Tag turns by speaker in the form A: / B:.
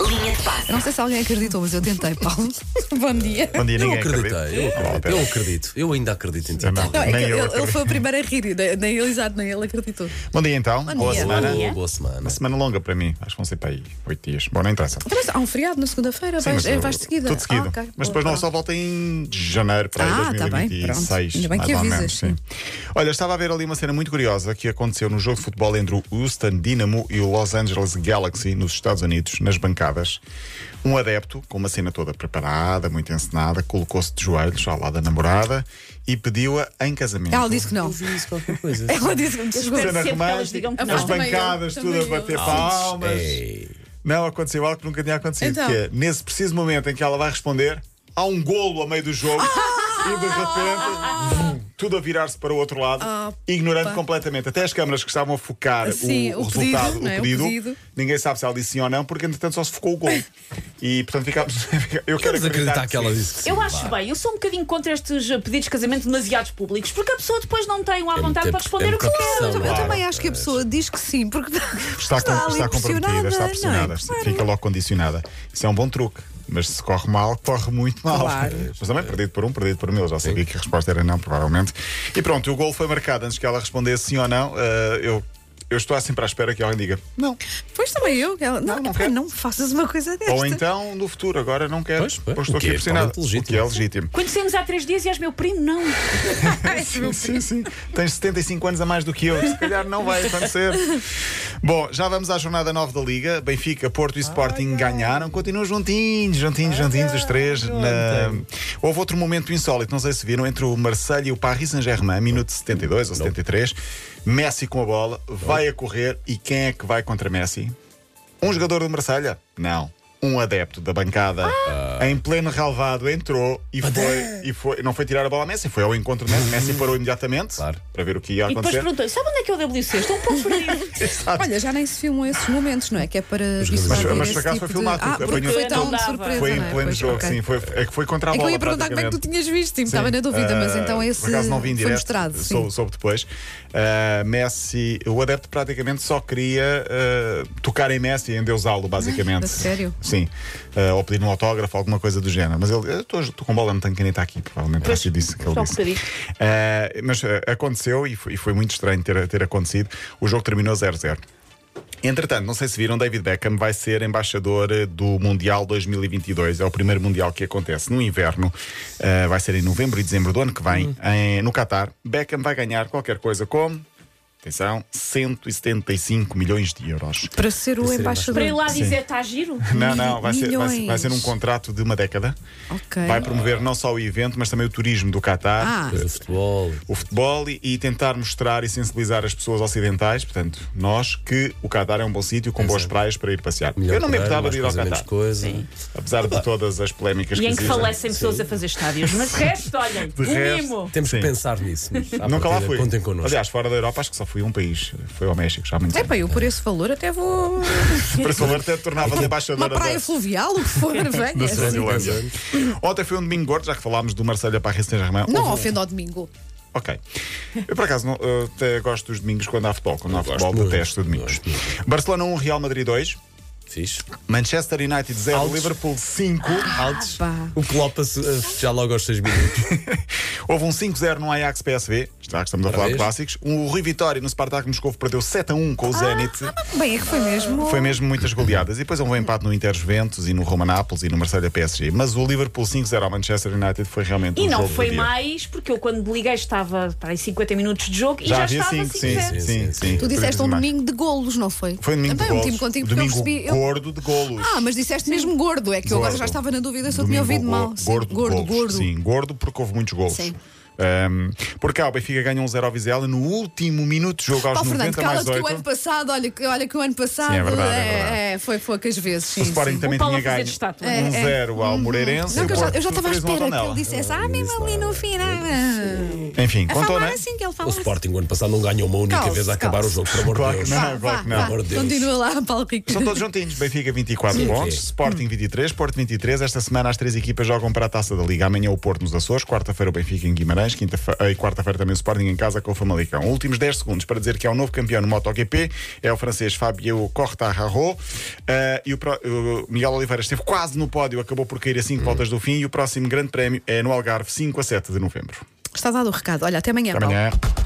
A: Eu não sei se alguém acreditou, mas eu tentei, Paulo.
B: Bom dia.
C: Bom dia,
D: Eu
C: ninguém
D: acreditei, eu
C: acredita.
D: acredito, eu acredito, eu ainda acredito em ti. Paulo.
B: Não, é que
C: Nem eu
B: ele,
C: acredito.
B: ele foi o primeiro a rir, nem- nem ele exato, nem ele acreditou.
C: Bom dia então. Boa
B: dia.
C: semana.
D: Boa, boa semana.
C: Uma semana longa para mim. Acho que vão ser para aí oito dias. Bom, não interessa.
B: Então, mas há um feriado na segunda-feira,
C: Sim,
B: vais,
C: mas
A: eh,
B: é,
C: eu-
B: vais de seguida.
C: Tudo seguido.
B: Ah, ok.
C: Mas depois
B: Boa,
C: não só volta em janeiro para aí,
B: Ah, tá bem,
C: 2026.
B: pronto. Ainda bem
C: mais
B: que
C: ou
B: avisas,
C: menos, sim. Olha, estava a ver ali uma cena muito curiosa que aconteceu no jogo de futebol entre o Houston Dynamo e o Los Angeles Galaxy nos Estados Unidos, nas bancadas. Um adepto, com uma cena toda preparada, muito encenada, colocou-se de joelhos ao lado da namorada e pediu-a em
B: É
C: casamento.
A: Ela disse que não.
D: vi isso, qualquer coisa.
A: Ela disse que me desculpa.
C: Cena
E: Sempre que elas digam que
C: romântica,
E: não.
C: as
B: Também eu,
C: bancadas, tudo
B: também
C: a bater
B: eu. Ah,
C: palmas.
D: Ei,
C: Não, aconteceu algo que nunca tinha acontecido.
B: Então.
C: Que é, nesse preciso momento em que ela vai responder, há um golo a meio do jogo
B: Ah!
C: e de repente vum, tudo a virar-se para o outro lado, ignorando completamente. Até as câmaras que estavam a focar
B: Sim,
C: o,
B: o pedido,
C: resultado,
B: não é?
C: o,
B: O
C: pedido,
B: pedido.
C: ninguém sabe se ela disse sim ou não, porque entretanto só se focou o golo. e portanto ficámos. Eu quero
D: Vamos acreditar que ela
C: sim.
D: disse que sim.
E: Eu acho bem, eu sou um bocadinho contra estes eh, pedidos de casamento demasiados públicos, porque a pessoa depois não tem o à
D: É
E: vontade
D: muita-
E: para
D: é
E: responder o que
D: muita
E: quer.
D: pressão,
A: Eu também
D: Claro,
A: acho que a
D: pois.
A: pessoa diz que sim, porque está,
C: Está, com-
A: ali pressionada,
C: está comprometida, está pressionada,
A: não é?
C: fica logo condicionada. Isso é um bom truque. Mas se corre mal, corre muito mal.
A: Claro.
C: Mas também perdido por um, perdido por mil. Já sabia que a resposta era não, provavelmente. E pronto, o gol foi marcado antes que ela respondesse sim ou não. eh, eu, eu estou sempre à espera que alguém diga não.
A: Pois também eu. que Ela, não,
C: não
A: não,
C: quero.
A: não faças uma coisa desta.
C: Ou então, no futuro, agora não quero.
D: Pois, pois,
C: pois estou
D: o que
C: aqui
D: é
C: pressionada.
D: totalmente
C: O que
D: legítimo.
C: é legítimo.
E: Conhecemos há três dias e és meu primo, não.
C: Sim, sim, sim. Tens 75 anos a mais do que eu. Se calhar não vai acontecer. Bom, já vamos à jornada 9 da Liga. Benfica, Porto e Sporting ganharam. Continuam juntinhos, juntinhos, juntinhos, os três. Na- Houve outro momento insólito, não sei se viram, entre o Marseille e o Paris Saint-Germain, minuto 72 ou 73. Messi com a bola, vai a correr e quem é que vai contra Messi? Um jogador do Marselha? Não. Um adepto da bancada
A: Ah.
C: em pleno relvado entrou e foi, e foi. Não foi tirar a bola a Messi, foi ao encontro de Messi. Messi parou imediatamente
D: Claro.
C: para ver o que ia
E: E depois
C: acontecer.
E: perguntei, sabe onde é que é o WC? Estou um pouco ferido.
A: Olha, já nem se filmam esses momentos, não é? Que é para.
D: jogadores. Mas-
A: haver
C: mas
A: esse
C: por acaso foi filmado,
A: Ah,
C: porque
A: porque
C: apanhou-
A: foi tão
E: Não
A: de
E: dava.
A: surpresa.
C: Foi
A: não
C: em
A: é?
C: pleno
A: Pois,
C: jogo,
A: ok.
C: sim. Foi, é que foi contra
A: É
C: a
A: que
C: bola.
A: eu ia perguntar como é que tu
C: praticamente.
A: tinhas visto, sim, estava na dúvida, mas
C: Ah,
A: então esse
C: por acaso não vi em
A: foi
C: direto,
A: mostrado. sim.
C: Soube, soube depois. Ah, Messi, o adepto praticamente só queria ah, tocar em Messi e endeusá-lo, basicamente.
A: a sério?
C: Sim. Ah, ou pedir um autógrafo, alguma coisa do género. Mas ele, eu estou estou com bola, não tenho caneta aqui, provavelmente.
E: Pois,
C: Acho disso que ele
E: só um
C: disse.
E: bocadinho.
C: Ah, mas ah, aconteceu e foi, e foi muito estranho ter, ter acontecido. O jogo terminou 0-0. Entretanto, não sei se viram, David Beckham vai ser embaixador eh, do Mundial 2022. É o primeiro Mundial que acontece no inverno. Eh, vai ser em novembro e dezembro do ano que
A: Hum.
C: vem, em- no Qatar. Beckham vai ganhar qualquer coisa como, atenção, 175 milhões de euros.
A: Para ser o
E: Para ir
A: embaixador.
E: lá dizer, está giro?
C: Não, não, vai ser, vai, ser-
A: Milhões.
C: vai ser um contrato de uma década.
A: Ok.
C: Vai promover não só o evento, mas também o turismo do Qatar
A: Ah,
D: Depois o futebol.
C: o futebol e, e tentar mostrar e sensibilizar as pessoas ocidentais, portanto, nós, que o Qatar é um bom sítio com boas praias para ir passear.
D: melhor
C: Eu não me
D: programa,
C: importava
D: mais
C: de ir ao
D: coisa, menos
C: Qatar,
D: coisa.
C: apesar de todas as polémicas
E: E
C: que
E: em que
C: existem.
E: falecem pessoas a fazer estádios. Mas de resto, olhem,
C: De
E: o
C: resto- um
E: mimo.
D: Temos
C: Sim.
D: que pensar nisso. mas, à
C: Nunca lá
D: partida,
C: fui.
D: Ah, Contem connosco.
C: Aliás, fora da Europa, acho que só fui a um país. Foi ao México, já há muito
A: é
C: tempo.
A: pá, eu por esse valor até vou.
C: Para falar, até tornava-se
A: Uma
C: embaixadora
A: praia
C: da-
A: fluvial, o que for, venha.
C: da
A: sim.
C: Suécia. Ontem foi um domingo gordo, já que falámos do Marselha para a Saint-Germain.
A: Não
C: Houve- um-
A: ofenda ao domingo.
C: Ok. Eu, por acaso, não, eu até gosto dos domingos quando há futebol. Quando há
D: gosto
C: futebol,
D: muito,
C: detesto domingos.
D: gosto muito.
C: Barcelona 1, Real Madrid 2.
D: Fixe.
C: Manchester United 0,
D: Altos.
C: Liverpool 5.
D: Altos.
A: pá.
D: O Klopp a se- a festejar logo aos 6 minutos.
C: Houve um 5-0 no Ajax PSV. Já que estamos a falar de
D: vez?
C: clássicos. Um Rui Vitória no Spartak Moscovo perdeu 7 a 1
E: Ah,
C: com o Zenit.
A: Bem, é que foi mesmo.
C: Foi mesmo muitas goleadas. E depois houve um empate no Inter Juventus e no Roma Nápoles e no Marselha PSG. Mas o Liverpool 5-0 ao Manchester United foi realmente
E: E
C: um
E: não
C: jogo
E: foi
C: do dia.
E: mais, porque eu quando me liguei estava para aí 50 minutos de jogo e já
C: havia
E: estava
C: 5, sim,
E: 5
C: sim, sim, sim.
A: Tu disseste um
C: Foi
A: domingo de golos, não foi?
C: Foi um domingo de
A: Também
C: golos.
A: um time contigo, porque
C: domingo
A: eu percebi. eu-
C: gordo de golos.
A: Ah, mas disseste mesmo gordo, é que eu agora já estava na dúvida se eu tinha
C: Domingo
A: ouvido
C: go-
A: mal. Sim,
C: Gordo, de
A: gordo,
C: golos.
A: gordo.
C: Sim, gordo porque houve muitos golos.
A: Sim.
C: Ahm, por cá, o Benfica ganha um 0 ao Vizela no último minuto de jogo aos
A: Paulo Fernando,
C: 90 mais
A: cala-te que
C: 8.
A: o ano passado, olha que, olha que o ano passado
C: é verdade, é verdade.
A: é, foi poucas vezes. Sim,
C: o Sporting
A: sim.
C: também
E: Paulo
C: tinha
E: a fazer
C: ganho
E: de estátua.
A: É,
C: um
A: é.
C: 0 ao Moreirense.
A: Não,
C: e
A: que
C: o
A: eu já,
C: Porto
A: eu já estava à
C: fez um
A: espera que
C: tonela.
A: ele dissesse, ah, mesmo ali no final.
C: Enfim,
A: A
C: contou,
A: falar
C: né?
A: assim que ele
D: O
A: fala.
D: Sporting, o ano passado, não ganhou uma única
A: Calma,
D: vez a acabar
A: calma.
D: o jogo, pelo amor
C: Claro
D: de
C: que
D: Deus.
C: não, claro que não.
D: amor de Deus.
A: Continua lá, Paulo Rico.
C: São todos juntinhos. Benfica 24 pontos,
D: sim.
C: Sporting 23, Porto 23. Esta semana as três equipas jogam para a taça da Liga. Amanhã o Porto nos Açores, quarta-feira o Benfica em Guimarães, finais, quinta-feira e quarta-feira também o Sporting em casa com o Famalicão. Últimos 10 segundos para dizer que é o novo campeão no MotoGP, é o francês Fabio Quartararo. eh, e o, pró- o Miguel Oliveira esteve quase no pódio, acabou por cair a 5 voltas do fim. E o próximo grande prémio é no Algarve, 5 a 7 de novembro.
B: Está dado o recado. Olha, até amanhã.
C: Até
B: Paulo.
C: amanhã.